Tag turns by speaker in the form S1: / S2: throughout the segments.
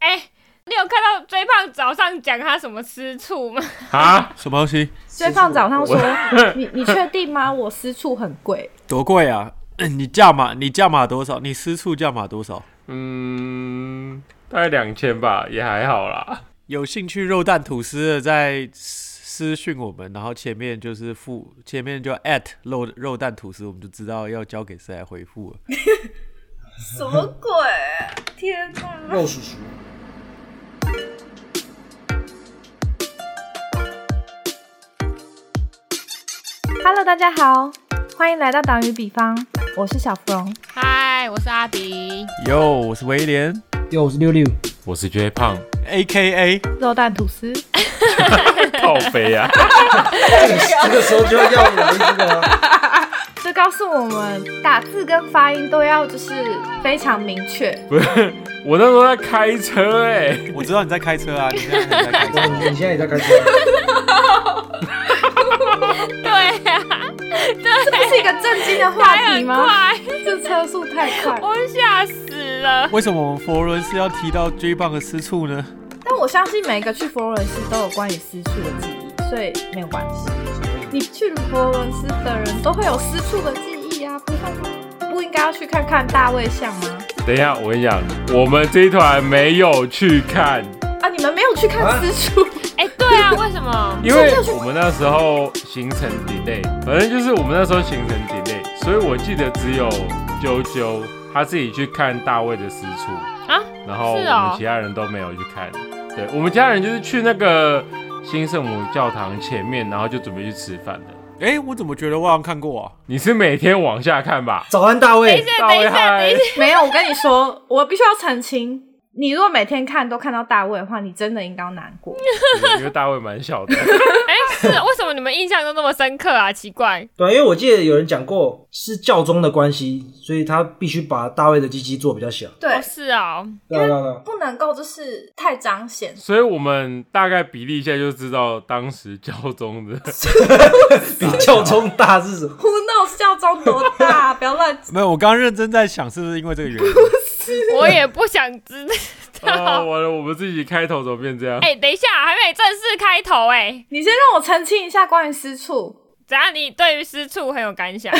S1: 哎、你有看到追胖早上讲他什么吃醋吗？
S2: 啊，
S3: 什么东西？
S4: 追胖早上说：“你你确定吗？我私处很贵。
S3: 多贵啊！ 你价码你价码多少？你私处价码多少？
S2: 嗯，大概两千吧，也还好啦。
S3: 有兴趣肉蛋吐司的在私讯我们，然后前面就是附前面就 at 肉肉蛋吐司，我们就知道要交给谁来回复了。”
S4: 什么鬼？天哪！
S5: 肉叔叔，
S4: Hello，大家好，欢迎来到岛屿比方，我是小芙蓉。
S1: 嗨，我是阿迪，
S3: 哟，我是威廉
S5: 又是六六，
S6: 我是追胖，
S3: ，A K A
S4: 肉蛋吐司，
S2: 靠肥啊，
S5: 这个这个时候就要来这个，
S4: 这告诉我们打字跟发音都要就是非常明确。
S2: 我那时候在开车哎、
S3: 我知道你在开车啊，你现在没有在开车。
S5: 你现在也在开车，
S1: 对呀、啊，
S4: 这不是一个震惊的话
S1: 还
S4: 题
S1: 很
S4: 吗？
S1: 快，
S4: 这车速太快，
S1: 我吓死了。
S3: 为什么我们佛伦是要提到 J 棒的私处呢？
S4: 但我相信每个去佛罗伦斯都有关于私处的记忆，所以没有关系。你去佛罗伦斯的人都会有私处的记忆啊，不会吗？不应该要去看看大卫像吗？
S2: 等一下，我跟你讲，我们这一团没有去看，
S4: 啊，你们没有去看私处，
S1: 哎、对啊，为什么？
S2: 因为我们那时候行程 delay，反正就是我们那时候行程 delay，所以我记得只有啾啾他自己去看大卫的私处
S1: 啊，
S2: 然后我
S1: 是哦
S2: 们其他人都没有去看。对我们家人就是去那个新圣母教堂前面，然后就准备去吃饭的。
S3: 哎、我怎么觉得我好像看过啊？
S2: 你是每天往下看吧？
S5: 早安大
S1: 等一
S5: 卫，
S1: 下，
S2: 大
S1: 等一
S2: 卫
S1: 下，等
S2: 嗨
S1: 一下，
S4: 没有。我跟你说，我必须要澄清。你如果每天看都看到大卫的话，你真的应该要难过。
S2: 因为大卫蛮小的。
S1: 哎、是为什么你们印象都那么深刻啊？奇怪，
S5: 对啊，因为我记得有人讲过是教宗的关系，所以他必须把大卫的鸡鸡做比较小。
S4: 对
S1: 哦，是哦，
S5: 对啊对啊对啊，
S4: 不能够就是太彰显。
S2: 所以我们大概比例一下就知道当时教宗 的
S5: 比教宗大是什么？
S4: Who knows 教宗多大？ 不要乱讲。
S3: 没有，我刚刚认真在想，是不是因为这个原因？
S1: 我也不想知
S2: 啊，
S1: 道。
S2: 完了，我们自己开头怎么变这样？
S1: 哎、等一下，还没正式开头哎、
S4: 你先让我澄清一下关于私处。
S1: 怎样？你对于私处很有感想？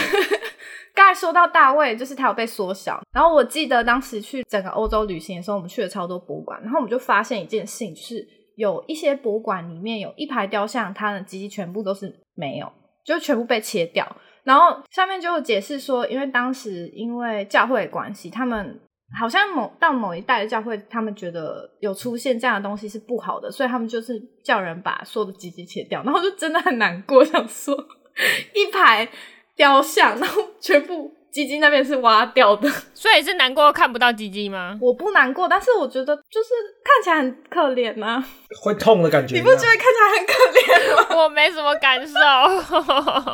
S4: 刚才说到大卫，就是他有被缩小。然后我记得当时去整个欧洲旅行的时候，我们去了超多博物馆，然后我们就发现一件事情，就是有一些博物馆里面有一排雕像，它的鸡鸡全部都是没有，就全部被切掉。然后上面就有解释说，因为当时因为教会的关系，他们好像某到某一代的教会，他们觉得有出现这样的东西是不好的，所以他们就是叫人把所有的鸡鸡切掉，然后就真的很难过，想说一排雕像，然后全部鸡鸡那边是挖掉的。
S1: 所以是难过看不到鸡鸡吗？
S4: 我不难过，但是我觉得就是看起来很可怜啊呐、
S5: 会痛的感 觉。
S4: 你不觉得看起来很可怜吗？
S1: 我没什么感受。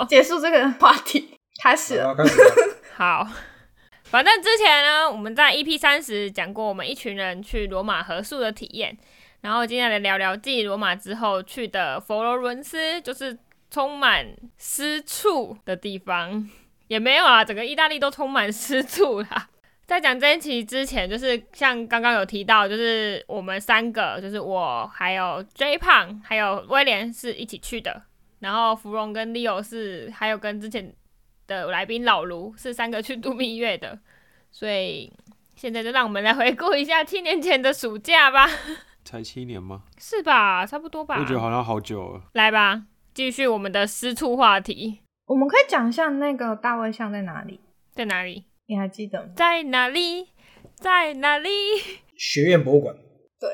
S4: 结束这个话题，开始了。
S5: 好？开始吧
S1: 好， 反正之前呢，我们在 EP 三十讲过我们一群人去罗马合宿的体验，然后今天来聊聊继罗马之后去的佛罗伦斯，就是充满私处的地方， 也没有啊，整个意大利都充满私处啦。 在讲这一期之前，就是像刚刚有提到，就是我们三个，就是我还有 J 胖，还有威廉是一起去的，然后芙蓉跟 Leo 是还有跟之前的来宾老卢是三个去度蜜月的，所以现在就让我们来回顾一下七年前的暑假吧，
S3: 才七年吗？
S1: 是吧？差不多吧
S3: 我。觉得好像好久了。
S1: 来吧，继续我们的私处话题
S4: 我们可以讲一下那个大卫像在哪里？
S1: 在哪里？
S4: 你还记得吗？
S1: 在哪里？在哪里？
S5: 学院博物馆，
S4: 对，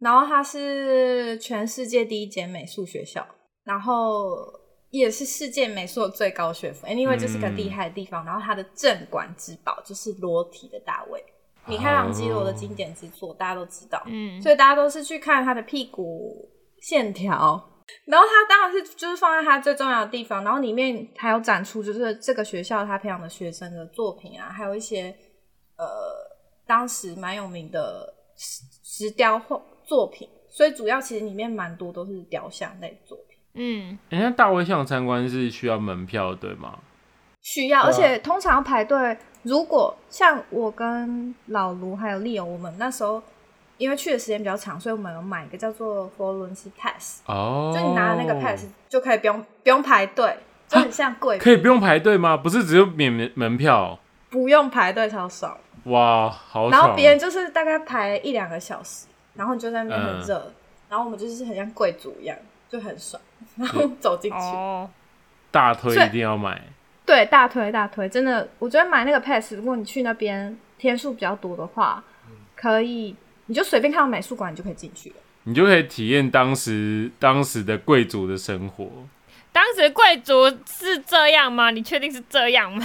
S4: 然后它是全世界第一间美术学校，然后也是世界美术的最高学府。Anyway，这是个厉害的地方。然后它的镇馆之宝就是裸体的大卫，米开朗基罗的经典之作，大家都知道。
S1: 嗯，
S4: 所以大家都是去看他的屁股线条。然后他当然是就是放在他最重要的地方，然后里面还有展出就是这个学校他培养的学生的作品啊，还有一些呃当时蛮有名的石石雕画作品，所以主要其实里面蛮多都是雕像类作品，
S1: 嗯，
S2: 人家哎大卫像参观是需要门票对吗？
S4: 需要，而
S5: 对啊
S4: 且通常要排队。如果像我跟老卢还有丽友，我们那时候因为去的时间比较长，所以我们有买一个叫做佛罗伦斯 pass，
S2: 哦，啊
S4: 就你拿了那个 pass 就可以不用不用排队，就很像贵
S2: 可以不用排队吗？不是只有免门门票？
S4: 不用排队超爽。
S2: 哇，好爽！哦
S4: 然后别人就是大概排了一两个小时，然后你就在那边很
S2: 嗯嗯
S4: 热，然后我们就是很像贵族一样，就很爽，然后走进去。
S1: 哦，
S2: 大推
S4: 所以
S2: 一定要买，
S4: 对，大推大推，真的，我觉得买那个 pass，如果你去那边天数比较多的话，
S2: 嗯
S4: 可以，你就随便看到美术馆，你就可以进去了。
S2: 你就可以体验当时当时的贵族的生活，
S1: 当时贵族是这样吗？你确定是这样吗？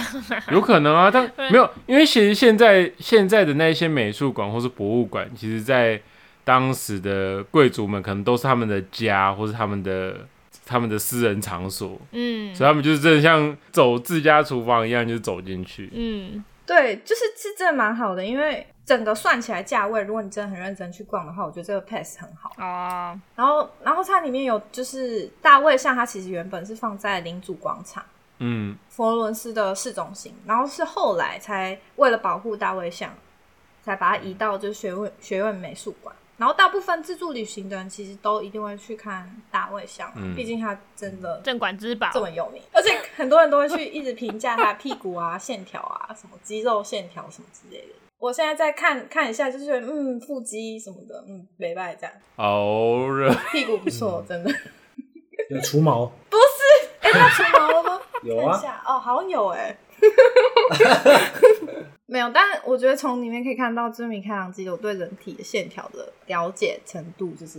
S2: 有可能啊，但
S1: 对
S2: 没有，因为其实现在现在的那些美术馆或是博物馆，其实在当时的贵族们可能都是他们的家或是他们的他们的私人场所，
S1: 嗯
S2: 所以他们就是真的像走自家厨房一样，就走进去。
S1: 嗯，
S4: 对，就是是真的蛮好的，因为整个算起来价位，如果你真的很认真去逛的话，我觉得这个 pass 很好。
S1: 哦，
S4: 然后，然后它里面有就是大卫像，它其实原本是放在领主广场。
S2: 嗯，
S4: 佛罗伦斯的市中心，然后是后来才为了保护大卫像，才把它移到就是学问学院美术馆。然后大部分自助旅行的人其实都一定会去看大卫像啊，
S2: 嗯
S4: 毕竟它真的
S1: 镇馆之宝，
S4: 这么有名，而且很多人都会去一直评价它屁股啊、线条啊、什么肌肉线条什么之类的。我现在再看看一下，就是觉得嗯腹肌什么的，嗯没败这样，
S2: 好热，
S4: 屁股不错，真的。
S5: 有除毛，
S4: 哎、他除毛了吗？
S5: 有
S4: 看
S5: 啊
S4: 一下哦，好像有哎、 没有，但我觉得从里面可以看到，就是米开朗基罗对人体的线条的了解程度就是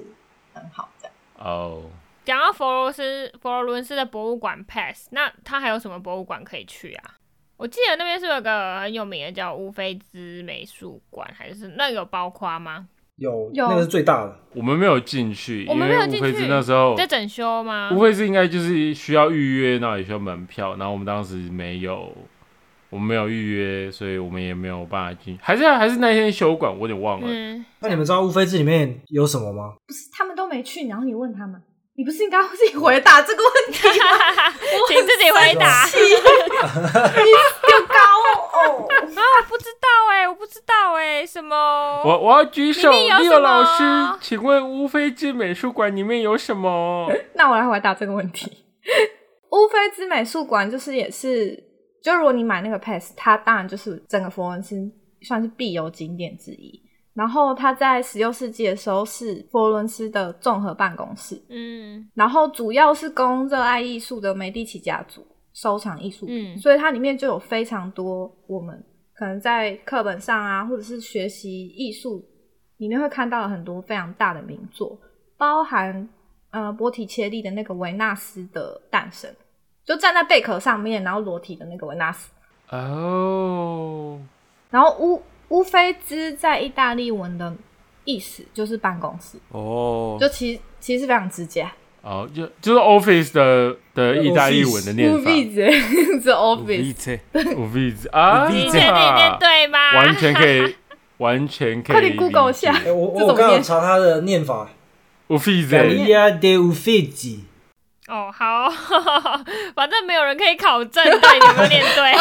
S4: 很好，这样。
S2: 哦，
S1: 讲到佛罗斯佛罗伦斯的博物馆 pass，那它还有什么博物馆可以去啊？我记得那边是有个很有名的叫乌菲兹美术馆，还是那有包括吗？
S5: 有
S4: 有啊
S5: 那个是最大的，
S2: 我们没有进去，
S1: 我
S2: 因
S1: 们没有
S2: 为
S1: 进
S2: 乌
S1: 去
S2: 菲兹那时候
S1: 在整修吗？
S2: 乌菲兹应该就是需要预约，那也需要门票，然后我们当时没有，我们没有预约，所以我们也没有办法进，还是啊还是那天休馆，我有点忘了。
S1: 嗯，
S5: 那你们知道乌菲兹里面有什么吗？
S4: 不是他们都没去，然后你问他们，你不是应该自己回答这个问题吗？
S1: 请自己回 答。
S4: 就高哦，
S1: 啊，不知道哎、我不知道哎、什么？
S2: 我我要举手，
S1: 里面有什么
S2: 六老师，请问乌菲兹美术馆里面有什么？
S4: 那我来回答这个问题。乌菲兹美术馆就是也是，就如果你买那个 pass，它当然就是整个佛罗伦斯算是必游景点之一。然后它在十六世纪的时候是佛罗伦斯的综合办公室，
S1: 嗯
S4: 然后主要是供热爱艺术的梅第奇家族收藏艺术品，
S1: 嗯
S4: 所以它里面就有非常多我们可能在课本上啊，或者是学习艺术里面会看到很多非常大的名作，包含呃波提切利的那个《维纳斯的诞生》，就站在贝壳上面，然后裸体的那个维纳斯。
S2: 哦，
S4: 然后乌乌菲兹在意大利文的意思就是办公室，
S3: 哦
S4: 就，其实其实是非常直接。啊
S2: 哦，就就是 office 的的意大利文的念法
S4: office 是 office，
S3: Uvite
S2: 乌菲兹啊，
S1: 你确定念对吗？
S2: 完全可 以，完全可以。
S4: 快点 Google 一下
S5: 哎、我
S4: 这
S5: 我
S4: 种
S5: 我刚好
S4: 念
S5: 查它的念法
S2: 乌菲兹，
S5: ，Galia de Uffizi，
S1: 哦，好， 反正没有人可以考证对你有没有念对。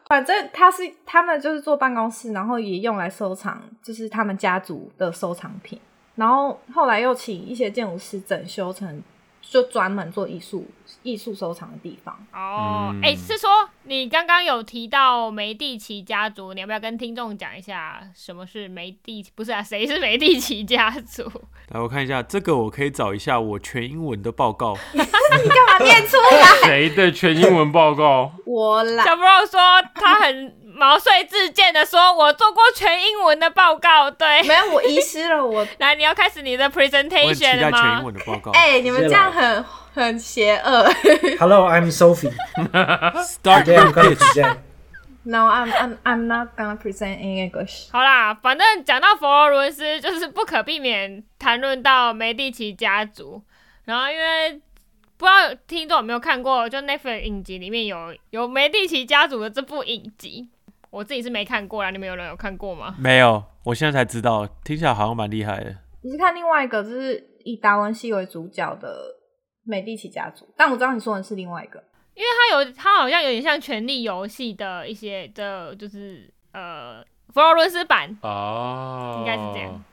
S4: 反正他是他们就是做办公室，然后也用来收藏，就是他们家族的收藏品。然后后来又请一些建筑师整修成，就专门做艺术艺术收藏的地方。
S1: 哦，
S2: 嗯
S1: 哎、是说你刚刚有提到梅第奇家族，你要不要跟听众讲一下什么是梅第？不是啊，谁是梅第奇家族？
S3: 来我看一下，这个我可以找一下我全英文的报告。
S4: 你干嘛念出来？
S2: 谁的全英文报告？
S4: 我啦，
S1: 小 bro 说他很毛遂自荐的说，我做过全英文的报告。对，
S4: 没有，我遗失了
S5: 哦
S4: 我。
S1: 来，你要开始你的
S3: 我很期
S1: presentation 了
S3: 待全英
S1: 吗？
S3: 文的报告。
S4: 哎、你们这样很很邪恶。
S5: Hello，I'm Sophie。
S3: Start
S5: Today I'm
S3: your
S5: gonna
S3: pitch。
S5: present
S4: No, I'm I'm I'm not gonna present in English.
S1: 好啦，反正讲到佛罗伦斯，就是不可避免谈论到梅第奇家族。然后因为不知道听众有没有看过，就 Netflix 影集里面有有梅第奇家族的这部影集，我自己是没看过啦。你们有人有看过吗？
S3: 没有，我现在才知道，听起来好像蛮厉害的。
S4: 你是看另外一个，就是以达文西为主角的美第奇家族，但我知道你说的是另外一个。
S1: 因为它有它好像有点像《权力游戏》的一些的，就是呃佛罗伦斯版，
S2: 哦，
S1: 应该是这样。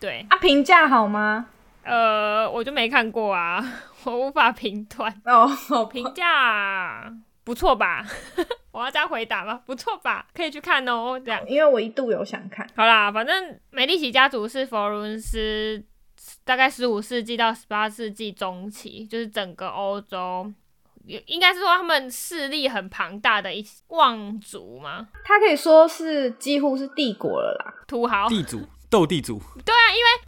S1: 对，
S4: 啊，评价好吗？
S1: 呃，我就没看过啊， 我无法评断。
S4: 哦，好评
S1: 评价不错吧？ 我要这样回答吗？不错吧？可以去看哦。这样
S4: 因为我一度有想看，
S1: 好啦，反正《美第奇家族》是佛罗伦斯大概十五世纪到十八世纪中期，就是整个欧洲，也应该是说他们势力很庞大的一望族嘛，
S4: 它可以说是几乎是帝国了啦。
S1: 土豪。
S3: 地主斗地主，
S1: 啊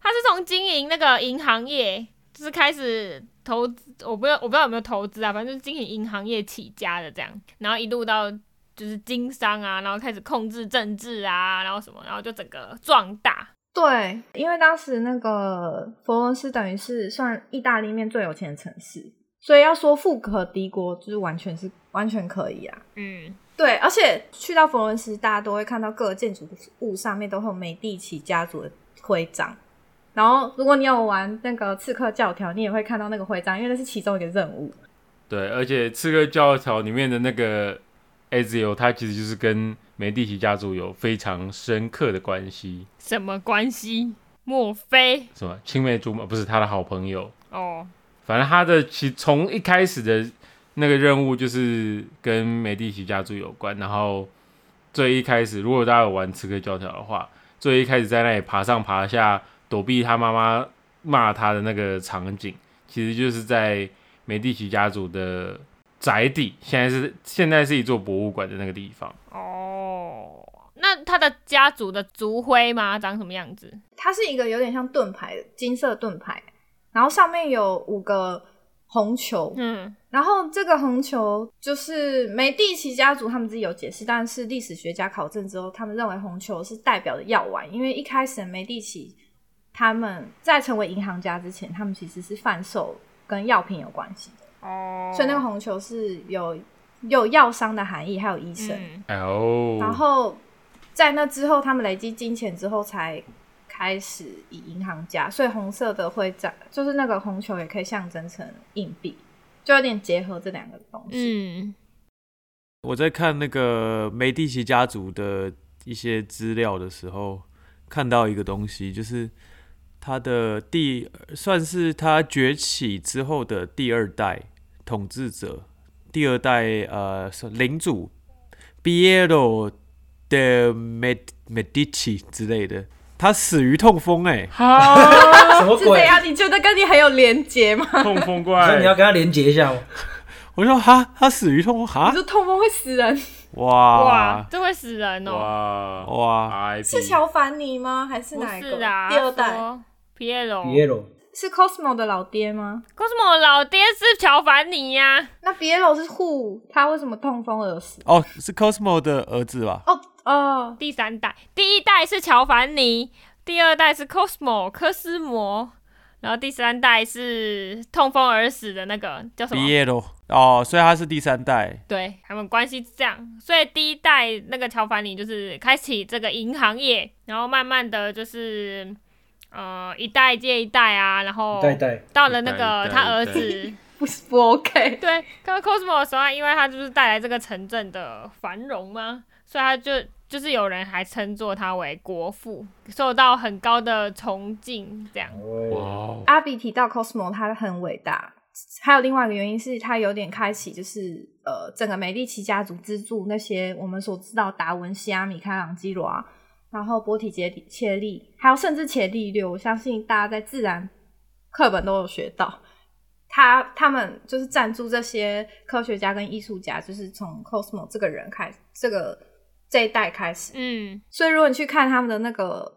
S1: 他是从经营那个银行业，就是开始投资，我不知道我不知道有没有投资啊，反正就是经营银行业起家的这样，然后一路到就是经商啊，然后开始控制政治啊，然后什么，然后就整个壮大。
S4: 对，因为当时那个佛罗伦斯等于是算意大利面最有钱的城市，所以要说富可敌国，就是完全是完全可以啊。
S1: 嗯，
S4: 对，而且去到佛罗伦斯，大家都会看到各个建筑物上面都会有美第奇家族的徽章。然后，如果你有玩那个《刺客教条》，你也会看到那个徽章，因为那是其中一个任务。
S2: 对，而且《刺客教条》里面的那个 Ezio，他其实就是跟美第奇家族有非常深刻的关系，
S1: 什么关系？莫非
S2: 什么青梅竹马，不是他的好朋友。
S1: 哦？
S2: 反正他的其从一开始的那个任务就是跟美第奇家族有关，然后最一开始，如果大家有玩《刺客教条》的话，最一开始在那里爬上爬下躲避他妈妈骂他的那个场景，其实就是在美第奇家族的宅邸，现在是现在是一座博物馆的那个地方。
S1: 哦，那他的家族的族徽吗？长什么样子？
S4: 它是一个有点像盾牌，金色盾牌，然后上面有五个红球，
S1: 嗯，
S4: 然后这个红球就是梅第奇家族他们自己有解释，但是历史学家考证之后，他们认为红球是代表的药丸，因为一开始梅第奇他们在成为银行家之前，他们其实是贩售跟药品有关系的，
S1: 哦
S4: 所以那个红球是有有药商的含义，还有医生。
S1: 嗯
S2: 哎哦，
S4: 然后在那之后，他们累积金钱之后才开始以银行家，所以红色的徽章就是那个红球也可以象征成硬币，就有点结合这两个东 西。
S1: 嗯，
S3: 我在看那个梅第奇家族的一些资料的时候，看到一个东西，就是他的第算是他崛起之后的第二代统治者，第二代呃是领主 Piero de Med- Medici 之类的，他死于痛风哎、
S5: 什
S1: 嗯
S5: 么
S4: 哦是怎
S5: 鬼？
S4: 样？你觉得跟你很有连结吗？
S2: 痛风
S5: 所以
S2: 怪，
S5: 你要跟他连接一下吗？
S3: 我说哈，他死于痛风
S4: 你
S3: 哈，
S4: 说痛风会死人？
S1: 哇
S3: 哇，
S1: 这会死人哦。
S2: 哇
S3: 哇，
S2: ，RIP
S4: 是乔凡尼吗？还是
S1: 不
S4: 哪一个？
S1: 是啊，
S4: 第二代
S1: 说，Piero。
S5: 别了，
S4: 是 Cosmo 的老爹吗？
S1: Cosmo 老爹是乔凡尼呀、
S4: 那 b i e l o 是 Who？他为什么痛风而死？
S3: 哦，是 Cosmo 的儿子吧？
S4: 哦哦，
S1: 第三代，第一代是乔凡尼，第二代是 Cosmo 科斯摩，然后第三代是痛风而死的那个叫什
S3: 毕
S1: 么？
S3: 业喽。哦，所以他是第三代。
S1: 对，他们关系是这样，所以第一代那个乔凡尼就是开启这个银行业，然后慢慢的就是呃一代接一代啊，然后
S5: 带带。
S1: 到了那
S2: 一代一
S1: 个
S2: 代
S1: 他儿
S2: 一代
S1: 子。
S4: 不是不 OK。
S1: 对，刚刚 Cosmo 的时候，因为它就是带来这个城镇的繁荣嘛，所以它就就是有人还称作它为国父，受到很高的崇敬。这样，
S2: 哇
S5: 哦，
S2: 哦，
S4: 阿比提到 Cosmo，他很伟大。还有另外一个原因是，他有点开启，就是呃，整个美第奇家族资助那些我们所知道达文西啊、米开朗基罗啊，然后波提杰切利，还有甚至伽利略，我相信大家在自然课本都有学到。他他们就是赞助这些科学家跟艺术家，就是从 Cosmo 这个人开始，这个这一代开始，
S1: 嗯，
S4: 所以如果你去看他们的那个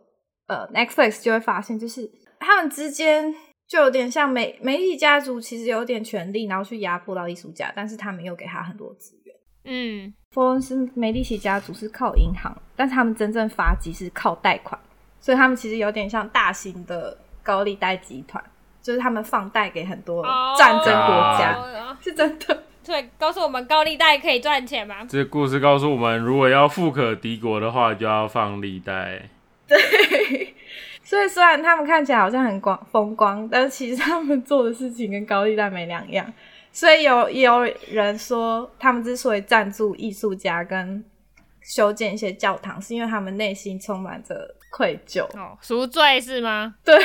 S4: 呃 Netflix，就会发现，就是他们之间就有点像媒媒体家族，其实有点权力，然后去压迫到艺术家，但是他们又给他很多资源。
S1: 嗯，
S4: 佛罗伦斯梅利奇家族是靠银行，但是他们真正发迹是靠贷款，所以他们其实有点像大型的高利贷集团，就是他们放贷给很多哦战争国家，
S1: 哦
S4: 是真的。
S1: 所以告诉我们高利贷可以赚钱吗？
S2: 这个故事告诉我们，如果要富可敌国的话，就要放历 代。
S4: 所以虽然他们看起来好像很光风光，但是其实他们做的事情跟高利贷没两样。所以有也有人说，他们之所以赞助艺术家跟修建一些教堂，是因为他们内心充满着愧疚，
S1: 哦，赎罪是吗？
S4: 对，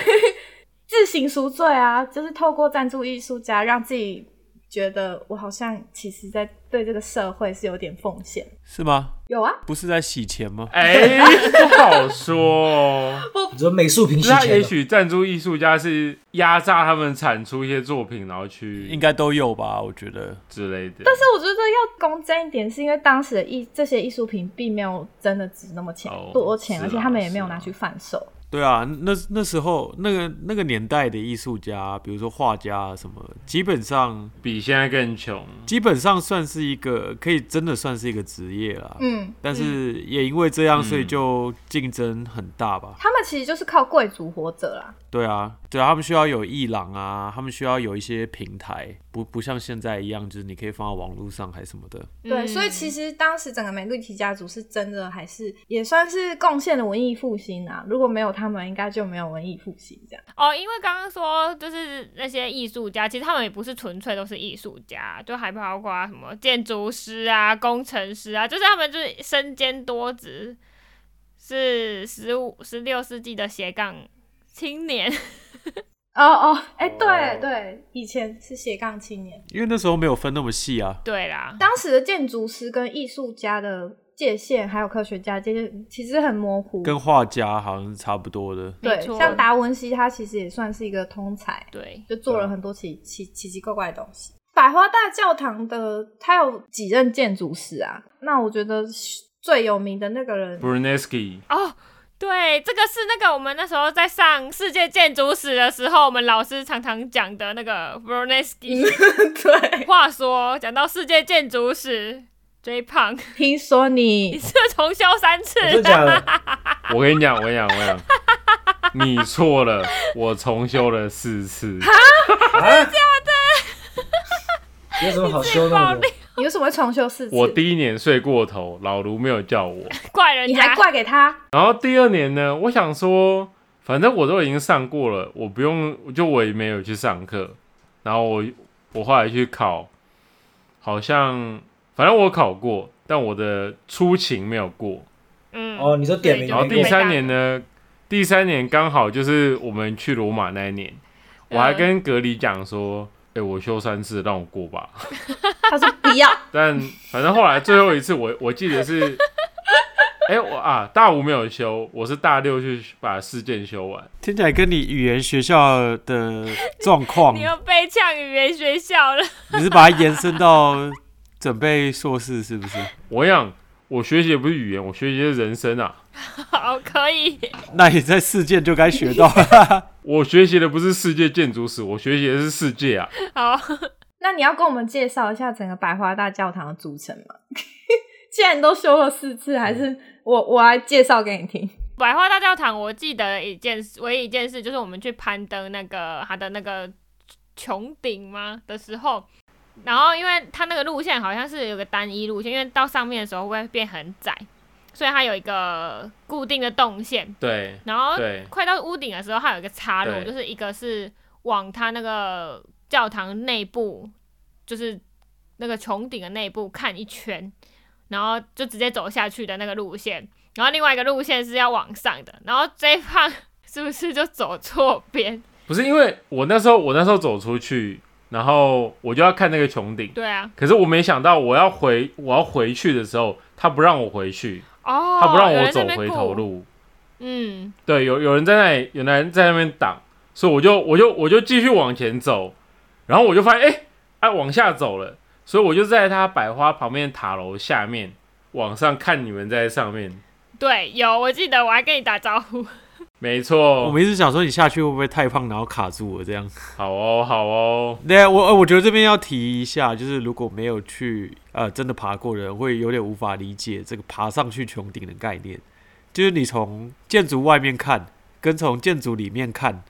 S4: 自行赎罪啊，就是透过赞助艺术家，让自己觉得我好像其实在对这个社会是有点奉献。
S3: 是吗？
S4: 有啊，
S3: 不是在洗钱吗？
S2: 哎，不好说哦。
S5: 你说美术评
S2: 就是
S5: 洗
S2: 他
S5: 钱
S2: 也
S5: 了，
S2: 许赞助艺术家是压榨他们产出一些作品，然后去
S3: 应该都有吧？我觉得
S2: 之类的。但是
S4: 但是我觉得要公正一点，是因为当时的艺这些艺术品并没有真的值那么钱、
S2: 哦
S4: 多钱，
S2: 是啊
S4: 而且他们也没有拿
S2: 是啊
S4: 去贩售。
S3: 对啊，那那时候那个那个年代的艺术家，比如说画家啊什么，基本上
S2: 比现在更穷，
S3: 基本上算是一个可以真的算是一个职业啦。
S4: 嗯，
S3: 但是也因为这样，
S2: 嗯
S3: 所以就竞争很大吧？
S4: 他们其实就是靠贵族活着啦。
S3: 对啊，对啊，他们需要有艺廊啊，他们需要有一些平台，不不像现在一样，就是你可以放到网络上还什么的。
S4: 嗯对，所
S1: 嗯
S4: 以其实当时整个美丽奇家族是真的，还是也算是贡献了文艺复兴啊。如果没有他们，应该就没有文艺复兴这样。
S1: 哦，因为刚刚说就是那些艺术家，其实他们也不是纯粹都是艺术家，就还包括什么建筑师啊、工程师啊，就是他们就是身兼多职，是十五、十六世纪的斜杠青年。
S4: 哦哦，哎、
S2: 哦
S4: 对对，以前是斜杠青年，
S3: 因为那时候没有分那么细啊。
S1: 对啦，
S4: 当时的建筑师跟艺术家的界限，还有科学家界限，其实很模糊。
S3: 跟画家好像是差不多的。
S4: 对
S1: 没，错
S4: 像达文西，他其实也算是一个通才，
S1: 对，
S4: 就做了很多奇奇奇奇怪怪的东西。百花大教堂的他有几任建筑师啊？那我觉得最有名的那 个人
S2: b r u n e s k i
S1: 哦，对，这个是那个我们那时候在上世界建筑史的时候，我们老师常常讲的那个 b r o n e s k i
S4: 对，
S1: 话说，讲到世界建筑史。J 胖，
S4: 听说
S1: 你
S4: 你
S1: 是不是重修三次，
S5: 真的假的？
S2: 我跟你讲，我跟你讲，我跟你 讲，你错了，我重修了四次。
S5: 啊？ 有什么好羞
S1: 暴
S5: 那么
S1: 力
S5: 多？
S4: 你为什么会重修四次？
S2: 我第一年睡过头，老卢没有叫我。
S1: 怪人
S4: 你
S1: 家
S4: 还怪给他？
S2: 然后第二年呢，我想说，反正我都已经上过了，我不用，就我也没有去上课。然后我我后来去考，好像反正我考过，但我的出勤没有过。
S1: 嗯，
S5: 哦，你说点名
S2: 然后
S5: 没
S2: 第
S5: 过，
S2: 三年呢，第三年刚好就是我们去罗马那一年，我还跟格里讲说，哎、我修三次，让我过吧。
S4: 他说不要，
S2: 但反正后来最后一次我，我记得是，哎、我啊大五没有修，我是大六去把试卷修完。
S3: 听起来跟你语言学校的状况，
S1: 你又被呛语言学校了，
S3: 你是把它延伸到准备硕士是不是？
S2: 我跟你讲，我学习也不是语言，我学习的是人生啊。
S1: 好，可以，
S3: 那你在世界就该学到
S2: 我学习的不是世界建筑史，我学习的是世界啊。
S1: 好，
S4: 那你要跟我们介绍一下整个百花大教堂的组成吗？ 既然你都修了四次，还是我我来介绍给你听。
S1: 百花大教堂，我记得一件事，唯一一件事就是我们去攀登那个它的那个穹顶吗的时候，然后因为它那个路线好像是有个单一路线，因为到上面的时候会变很窄，所以它有一个固定的动线，
S2: 对
S1: 然后
S2: 对
S1: 快到屋顶的时候，它有一个岔路，
S2: 对
S1: 就是一个是往它那个教堂内部，就是那个穹顶的内部看一圈，然后就直接走下去的那个路线。然后另外一个路线是要往上的，然后这一趟是不是就走错 边？
S2: 不是因为我那时候，我那时候走出去，然后我就要看那个穹顶，
S1: 对啊，
S2: 可是我没想到我要回我要回去的时候，他不让我回去，
S1: 哦，
S2: 他不让
S1: 有
S2: 我
S1: 人在
S2: 走
S1: 那边
S2: 回
S1: 顾
S2: 头，路。
S1: 嗯，
S2: 对，有有人在那里，有人在那边挡，所以我就我就我就继续往前走，然后我就发现哎哎、啊往下走了，所以我就在他百花旁边塔楼下面往上看你们在上面，
S1: 对，有，我记得我还跟你打招呼，
S2: 没错，
S3: 我们一直想说你下去会不会太胖，然后卡住了这样。
S2: 好哦好哦，
S3: 对啊，我呃我觉得这边要提一下，就是如果没有去呃真的爬过的人，会有点无法理解这个爬上去穹顶的概念。就是你从建筑外面看，跟从建筑里面看，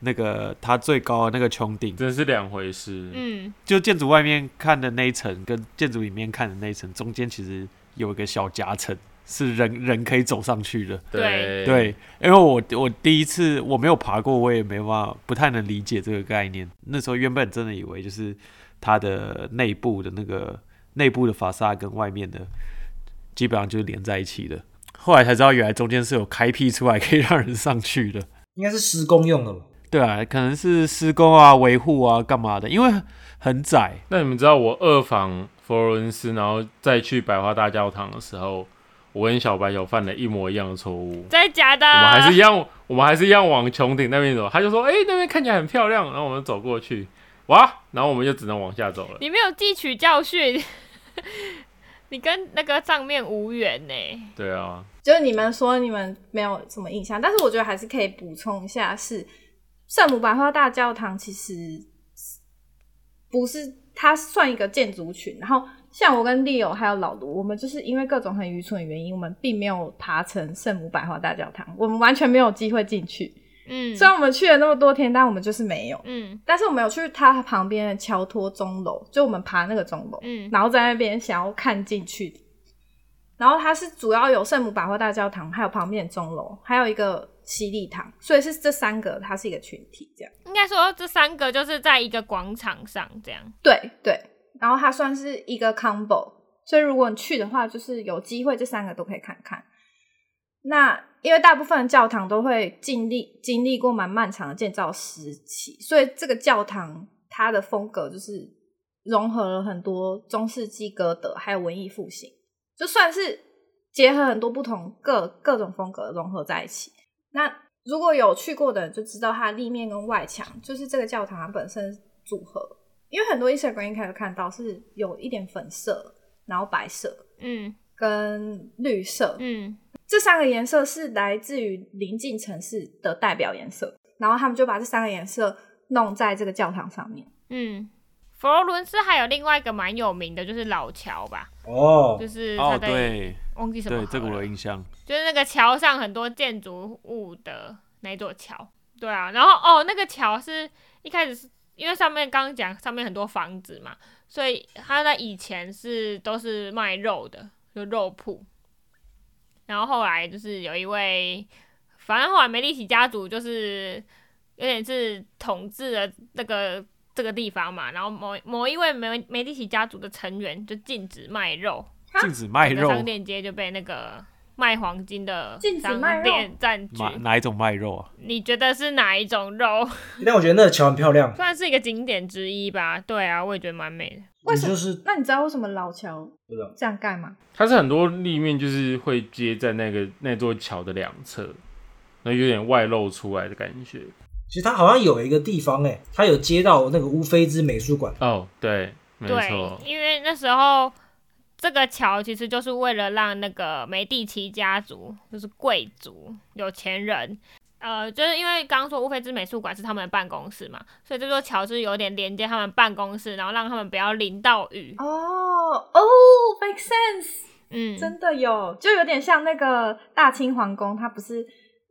S3: 那个它最高的那个穹顶，
S2: 真是两回事。
S1: 嗯，
S3: 就建筑外面看的那一层跟建筑里面看的那一层中间，其实有一个小夹层，是人人可以走上去的。
S2: 对
S3: 对，因为我我第一次我没有爬过，我也没办法，不太能理解这个概念。那时候原本真的以为就是它的内部的那个内部的法萨跟外面的基本上就是连在一起的。后来才知道，原来中间是有开辟出来可以让人上去的。
S5: 应该是施工用的吧？
S3: 对啊，可能是施工啊、维护啊、干嘛的，因为很窄。
S2: 那你们知道我二访佛罗伦斯，然后再去百花大教堂的时候，我跟小白有犯了一模一样的错误。
S1: 真的假的？
S2: 我们还是一样，我们还是一样往穹顶那边走。他就说：“哎、那边看起来很漂亮。”然后我们走过去，哇！然后我们就只能往下走了。
S1: 你没有汲取教训， 你跟那个账面无缘呢、
S2: 对啊，
S4: 就是你们说你们没有什么印象，但是我觉得还是可以补充一下是，圣母百花大教堂其实不是它算一个建筑群，然后像我跟 Leo 还有老卢，我们就是因为各种很愚蠢的原因，我们并没有爬成圣母百花大教堂，我们完全没有机会进去。
S1: 嗯
S4: 虽然我们去了那么多天，但我们就是没有。
S1: 嗯
S4: 但是我们有去它旁边的乔托钟楼，就我们爬那个钟楼，
S1: 嗯
S4: 然后在那边想要看进去。然后它是主要有圣母百货大教堂，还有旁边的钟楼，还有一个洗礼堂，所以是这三个，它是一个群体这样。
S1: 应该说这三个就是在一个广场上这样。
S4: 对对，然后它算是一个 combo，所以如果你去的话，就是有机会这三个都可以看看。那因为大部分的教堂都会经历经历过蛮漫长的建造时期，所以这个教堂它的风格就是融合了很多中世纪歌德还有文艺复兴，就算是结合很多不同各各种风格融合在一起。那如果有去过的人就知道，它立面跟外墙就是这个教堂它本身组合，因为很多 Instagram 应该有看到是有一点粉色，然后白色
S1: 嗯
S4: 跟绿色，
S1: 嗯
S4: 这三个颜色是来自于邻近城市的代表颜色，然后他们就把这三个颜色弄在这个教堂上面。
S1: 嗯，佛罗伦斯还有另外一个蛮有名的，就是老桥吧，
S5: 哦，
S1: 就是它
S3: 哦，
S1: 在、
S3: 对
S1: 忘记什么河
S3: 对，
S1: 了
S3: 这个我有印象。
S1: 就是那个桥上很多建筑物的那座桥。对啊，然后哦，那个桥是一开始是因为上面刚刚讲上面很多房子嘛，所以它在以前是都是卖肉的，就肉铺。然后后来就是有一位，反正后来梅利奇家族就是有点是统治了那个这个地方嘛，然后某某一位梅梅利奇家族的成员就禁止卖肉，
S3: 禁止卖
S1: 整
S3: 肉
S1: 个，商店街就被那个卖黄金的
S4: 禁止
S1: 商
S4: 卖肉
S1: 店占据。
S3: 哪哪一种卖肉啊？
S1: 你觉得是哪一种肉？
S5: 但我觉得那个桥很漂亮。
S1: 算是一个景点之一吧。对啊，我也觉得蛮美的。
S4: 为
S5: 你
S4: 什么
S5: 就是
S4: 那你知道为什么老桥
S5: 不知道
S4: 这样盖吗？
S2: 它是很多立面就是会接在那个那座桥的两侧，那有点外露出来的感觉。
S5: 其实它好像有一个地方哎、它有接到那个乌菲兹美术馆，
S2: 哦，对，没
S1: 对
S2: 错，，
S1: 因为那时候这个桥其实就是为了让那个梅第奇家族，就是贵族、有钱人，呃，就是因为刚刚说乌菲兹美术馆是他们的办公室嘛，所以这座桥是有点连接他们办公室，然后让他们不要淋到雨。
S4: 哦哦，make sense，
S1: 嗯，
S4: 真的有，就有点像那个大清皇宫，它不是。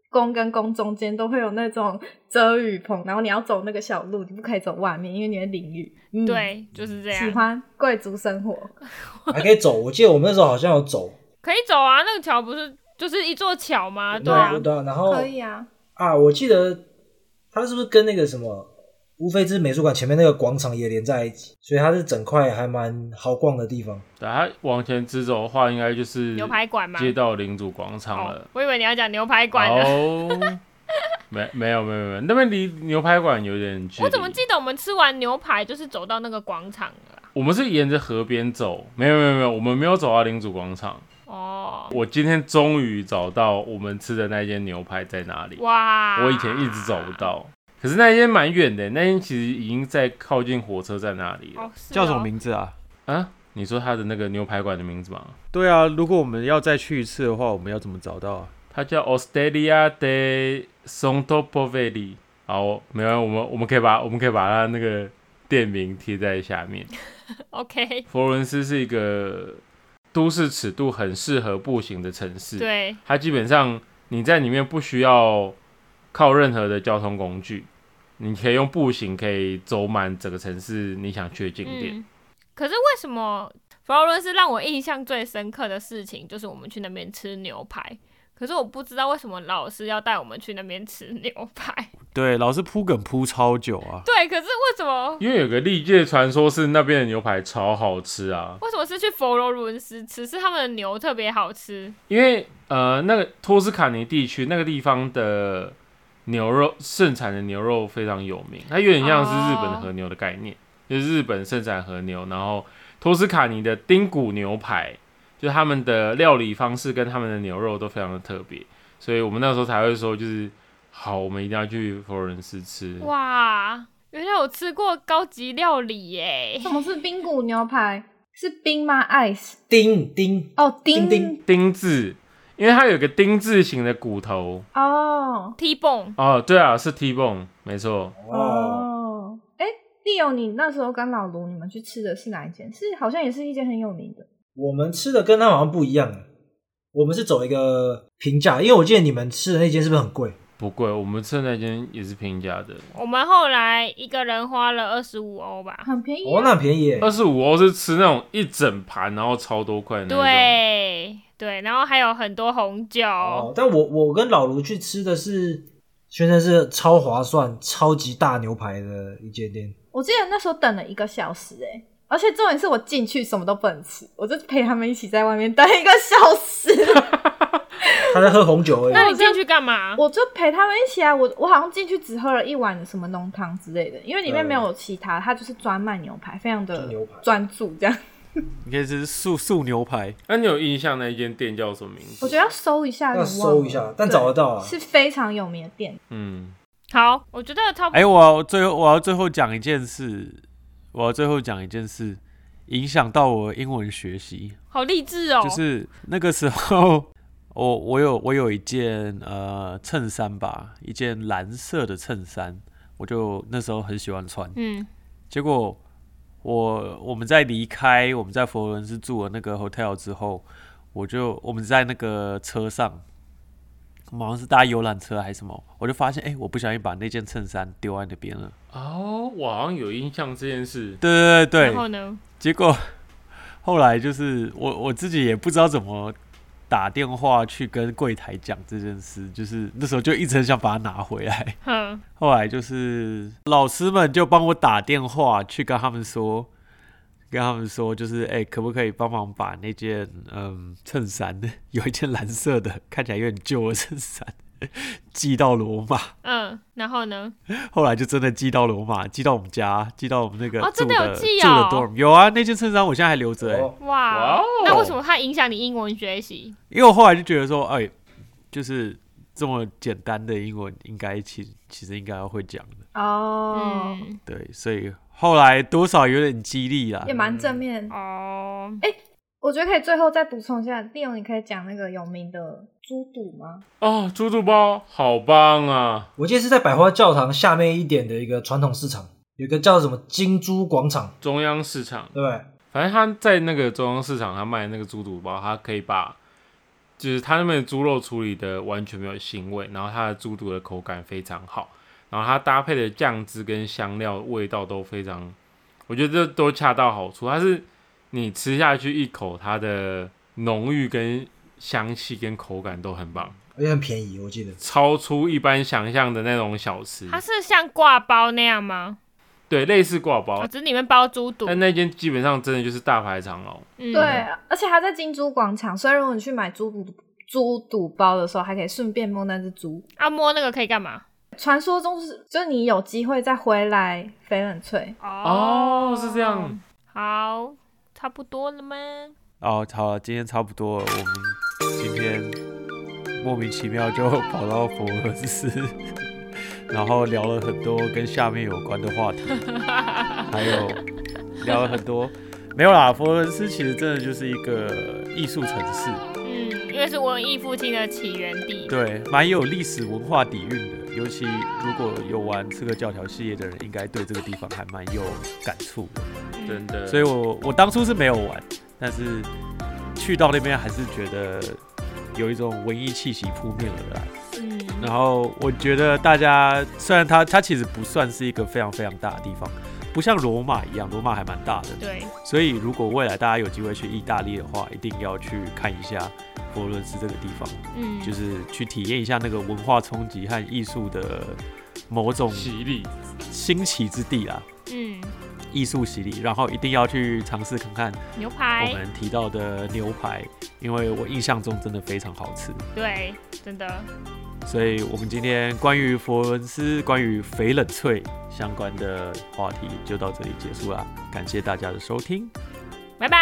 S4: 宫跟宫中间都会有那种遮雨棚，然后你要走那个小路，你不可以走外面，因为你会淋雨。嗯，，
S1: 对，就是
S5: 啊
S1: 这
S4: 喜
S1: 样。
S4: 欢贵族生活，
S5: 还可以走。我记得我们那时候好像有走，
S1: 可以走啊，那个桥不是就是一座桥吗？对啊
S5: 那，对啊，然后
S4: 可以啊。
S5: 啊，我记得它是不是跟那个什么乌菲兹美术馆前面那个广场也连在一起，所以它是整块还蛮好逛的地方。
S2: 对，它往前直走的话，应该就是
S1: 牛排馆吗？
S2: 街到领主广场
S1: 哦
S2: 了。，
S1: 我以为你要讲牛排馆呢。
S2: 哦， 没没有没有没有，那边离牛排馆有点距 离。
S1: 我怎么记得我们吃完牛排就是走到那个广场了啊？
S2: 我们是沿着河边走，没有没有没有，我们没有走到领主广场。
S1: 哦，
S2: 我今天终于找到我们吃的那间牛排在哪里，
S1: 哇！
S2: 我以前一直找不。到。可是那间蛮远的，那间其实已经在靠近火车站那里了
S1: 哦，是哦
S3: 叫什么？名字啊？
S2: 啊。你说它的那个牛排馆的名字吗？
S3: 对啊，如果我们要再去一次的话，我们要怎么找到啊？
S2: 它叫 Osteria de Santo p o v e l i 好，没有，我们我们可以把我们可以把它那个店名贴在下面。
S1: OK，
S2: 佛罗伦斯是一个都市尺度很适合步行的城市，
S1: 对，
S2: 它基本上你在里面不需要靠任何的交通工具，你可以用步行可以走满整个城市你想去的景点。
S1: 嗯。可是为什么佛罗伦斯让我印象最深刻的事情就是我们去那边吃牛排？可是我不知道为什么老师要带我们去那边吃牛排，
S3: 对，老是铺梗铺超久啊。
S1: 对，可是为什么
S2: 因为有个历届传说是那边的牛排超好吃啊，
S1: 为什么是去佛罗伦斯吃？是他们的牛特别好吃，
S2: 因为呃那个托斯卡尼地区那个地方的牛肉盛产的牛肉非常有名，它有点像是日本和牛的概念，就是日本盛产和牛，然后托斯卡尼的丁骨牛排，就是他们的料理方式跟他们的牛肉都非常的特别，所以我们那时候才会说就是好，我们一定要去佛罗伦斯吃。
S1: 哇！原来我吃过高级料理耶、
S4: 什么是冰骨牛排？是冰吗？ice
S5: 丁丁
S4: 哦，
S5: 丁
S4: 丁
S5: 丁
S2: 丁字，因为它有个丁字形的骨头。
S4: 哦
S1: t bone
S2: 哦，对啊，是 T bone，没错。
S5: 哦，
S4: 哦。哎、丽友，你那时候跟老卢你们去吃的是哪一间？是好像也是一间很有名的。
S5: 我们吃的跟他好像不一样，我们是走一个平价，因为我记得你们吃的那间是不是很贵？
S2: 不贵，我们吃的那间也是平价的，
S1: 我们后来一个人花了二十五欧吧。
S4: 很便宜
S5: 哦，
S4: 啊、
S5: 那很便宜耶
S2: 二，十五欧是吃那种一整盘，然后超多块的那种。，
S1: 对对，然后还有很多红酒，
S5: 哦，但我我跟老卢去吃的是，宣称是超划算、超级大牛排的一间店。
S4: 我记得那时候等了一个小时、哎，而且重点是我进去什么都不能吃，我就陪他们一起在外面等一个小 时，
S5: 他在喝红酒而已。
S1: 那你进去干嘛？
S4: 我就陪他们一起啊。我我好像进去只喝了一碗什么浓汤之类的，因为里面没有其他，它就是专卖牛排，非常
S5: 就
S4: 的
S5: 嗯牛排
S4: 专注这样。
S3: 你可以吃素素牛排，
S1: 哦
S2: 那、你有印象那一间店叫什么名字？
S4: 我觉得要搜一下，
S5: 要
S4: 有点忘了
S5: 搜一下但找得到啊
S4: 对是非常有名的店。
S2: 嗯，
S1: 好，我觉得差不
S3: 哎、
S1: 多。
S3: 我要最后我要最后讲一件事，我要最后讲一件事，影响到我英文学习，
S1: 好励志哦。
S3: 就是 那个时候，我我有我有一件呃衬衫吧，一件蓝色的衬衫，我就那时候很喜欢穿。
S1: 嗯，
S3: 结果我我们在离开我们在佛罗伦斯住的那个 hotel 之后，我就我们在那个车上，我们好像是搭游览车还是什么，我就发现哎、诶我不小心把那件衬衫丢在那边了。
S2: 哦，我好像有印象这件事。
S3: 对对对
S1: 然
S3: 对，
S1: 后呢？
S3: 结果后来就是我我自己也不知道怎么。打电话去跟柜台讲这件事，就是那时候就一直很想把它拿回来。
S1: 哼，
S3: 后来就是老师们就帮我打电话去跟他们说，跟他们说就是哎、可不可以帮忙把那件嗯衬衫， 有一件蓝色的，看起来有点旧的衬衫。 寄到罗马，
S1: 嗯，然后呢？
S3: 后来就真的寄到罗马，寄到我们家，寄到我们那个
S1: 哦
S3: 住
S1: 真的有寄
S3: 住的
S1: 哦
S3: dorm。有啊，那件衬衫我现在还留着、哎，
S5: 哦，
S1: 哇，
S2: 哇哦
S1: 那为什么它影响你英文学习？
S3: 因为我后来就觉得说，哎、就是这么简单的英文，应该其其实应该要会讲的。
S4: 哦，
S1: 嗯，
S3: 对，所以后来多少有点激励啦
S4: 也。蛮正面。
S5: 嗯
S1: 哦，
S4: 我觉得可以最后再补充一下，利用你可以讲那个有名的猪肚吗？
S2: 哦，猪肚包好棒啊！
S5: 我记得是在百花教堂下面一点的一个传统市场，有一个叫什么金猪广场，
S2: 中央市场，
S5: 对不对？
S2: 反正他在那个中央市场，他卖的那个猪肚包，他可以把就是他那边的猪肉处理的完全没有腥味，然后它的猪肚的口感非常好，然后它搭配的酱汁跟香料味道都非常，我觉得这都恰到好处。它是你吃下去一口，它的浓郁跟香气跟口感都很棒，
S5: 而且很便宜，我记得。
S2: 超出一般想象的那种小吃
S1: 它，是像挂包那样吗？
S2: 对，类似挂包
S1: 哦，，只是里面包猪肚。
S2: 但那间基本上真的就是大排长龙。
S1: 嗯
S4: 对，，而且它在金猪广场，所以如果你去买猪肚猪肚包的时候，还可以顺便摸那只猪。
S1: 啊，摸那个可以干嘛？
S4: 传说中是，就是你有机会再回来翡冷翠。
S1: 哦
S2: 哦，是这样。
S1: 好，差不多了吗？
S3: 哦，好了，今天差不多了，我们今天莫名其妙就 跑到佛罗伦斯，然后聊了很多跟下面有关的话题，
S1: 嗯
S3: 还有聊了很多。没有啦，佛罗伦斯其实真的就是一个艺术城市，
S1: 嗯，因为是文艺复兴的起源地。
S3: 对，蛮有历史文化底蕴的。尤其如果有玩刺客教条系列的人，应该对这个地方还蛮有感触的。
S1: 嗯
S2: 真的，
S3: 所以我我当初是没有玩，但是去到那边还是觉得有一种文艺气息扑面而来。
S1: 嗯，
S3: 然后我觉得大家虽然它它其实不算是一个非常非常大的地方，不像罗马一样，罗马还蛮大的。
S1: 对，
S3: 所以如果未来大家有机会去意大利的话，一定要去看一下佛罗伦斯这个地方，
S1: 嗯，
S3: 就是去体验一下那个文化冲击和艺术的某种
S2: 洗礼，
S3: 新奇之地啦，
S1: 嗯，
S3: 艺术洗礼，然后一定要去尝试看看
S1: 牛
S3: 我
S1: 排，
S3: 们提到的牛排，因为我印象中真的非常好吃。
S1: 对，真的，
S3: 所以我们今天关于佛罗伦斯、关于翡冷翠相关的话题就到这里结束啦，感谢大家的收听。
S1: 拜拜。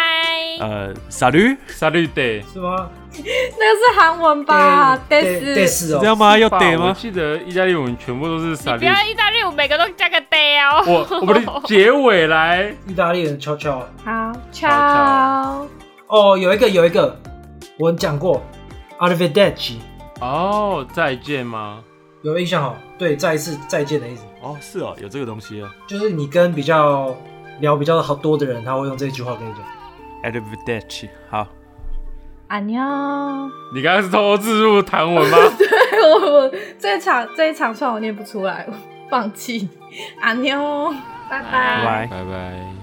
S3: 呃，傻驴是
S2: 沙律得
S5: 是吗？
S4: 那个是韩文吧？但
S5: 对
S4: 是
S5: 是
S3: 这
S5: 哦，
S3: 样吗？要得
S2: 我
S3: 吗？
S2: 记得意大利文全部都是沙
S1: 你不
S2: 律。
S1: 要意大利舞每个都加个 day 哦。
S2: 我我 们的结尾来，
S5: 意大利人悄悄
S4: 好，
S2: ciao
S4: ciao。
S5: 哦，有一个有一个，我讲过 a r v e d e c i
S2: 哦，再见吗？
S5: 有没有印象哦？对，再一次再见的意思，
S3: 哦，是哦，有这个东西哦。
S5: 就是你跟比较聊比较好多的人，他会用这句话跟你讲。
S3: a d v e d e c i 好，
S4: 안녕。
S2: 你刚刚是偷偷自入韩文 吗？
S4: 我我这一场这一场算我念不出来，我放弃。안녕，拜
S1: 拜
S4: 拜
S3: 拜。拜。
S2: 拜拜。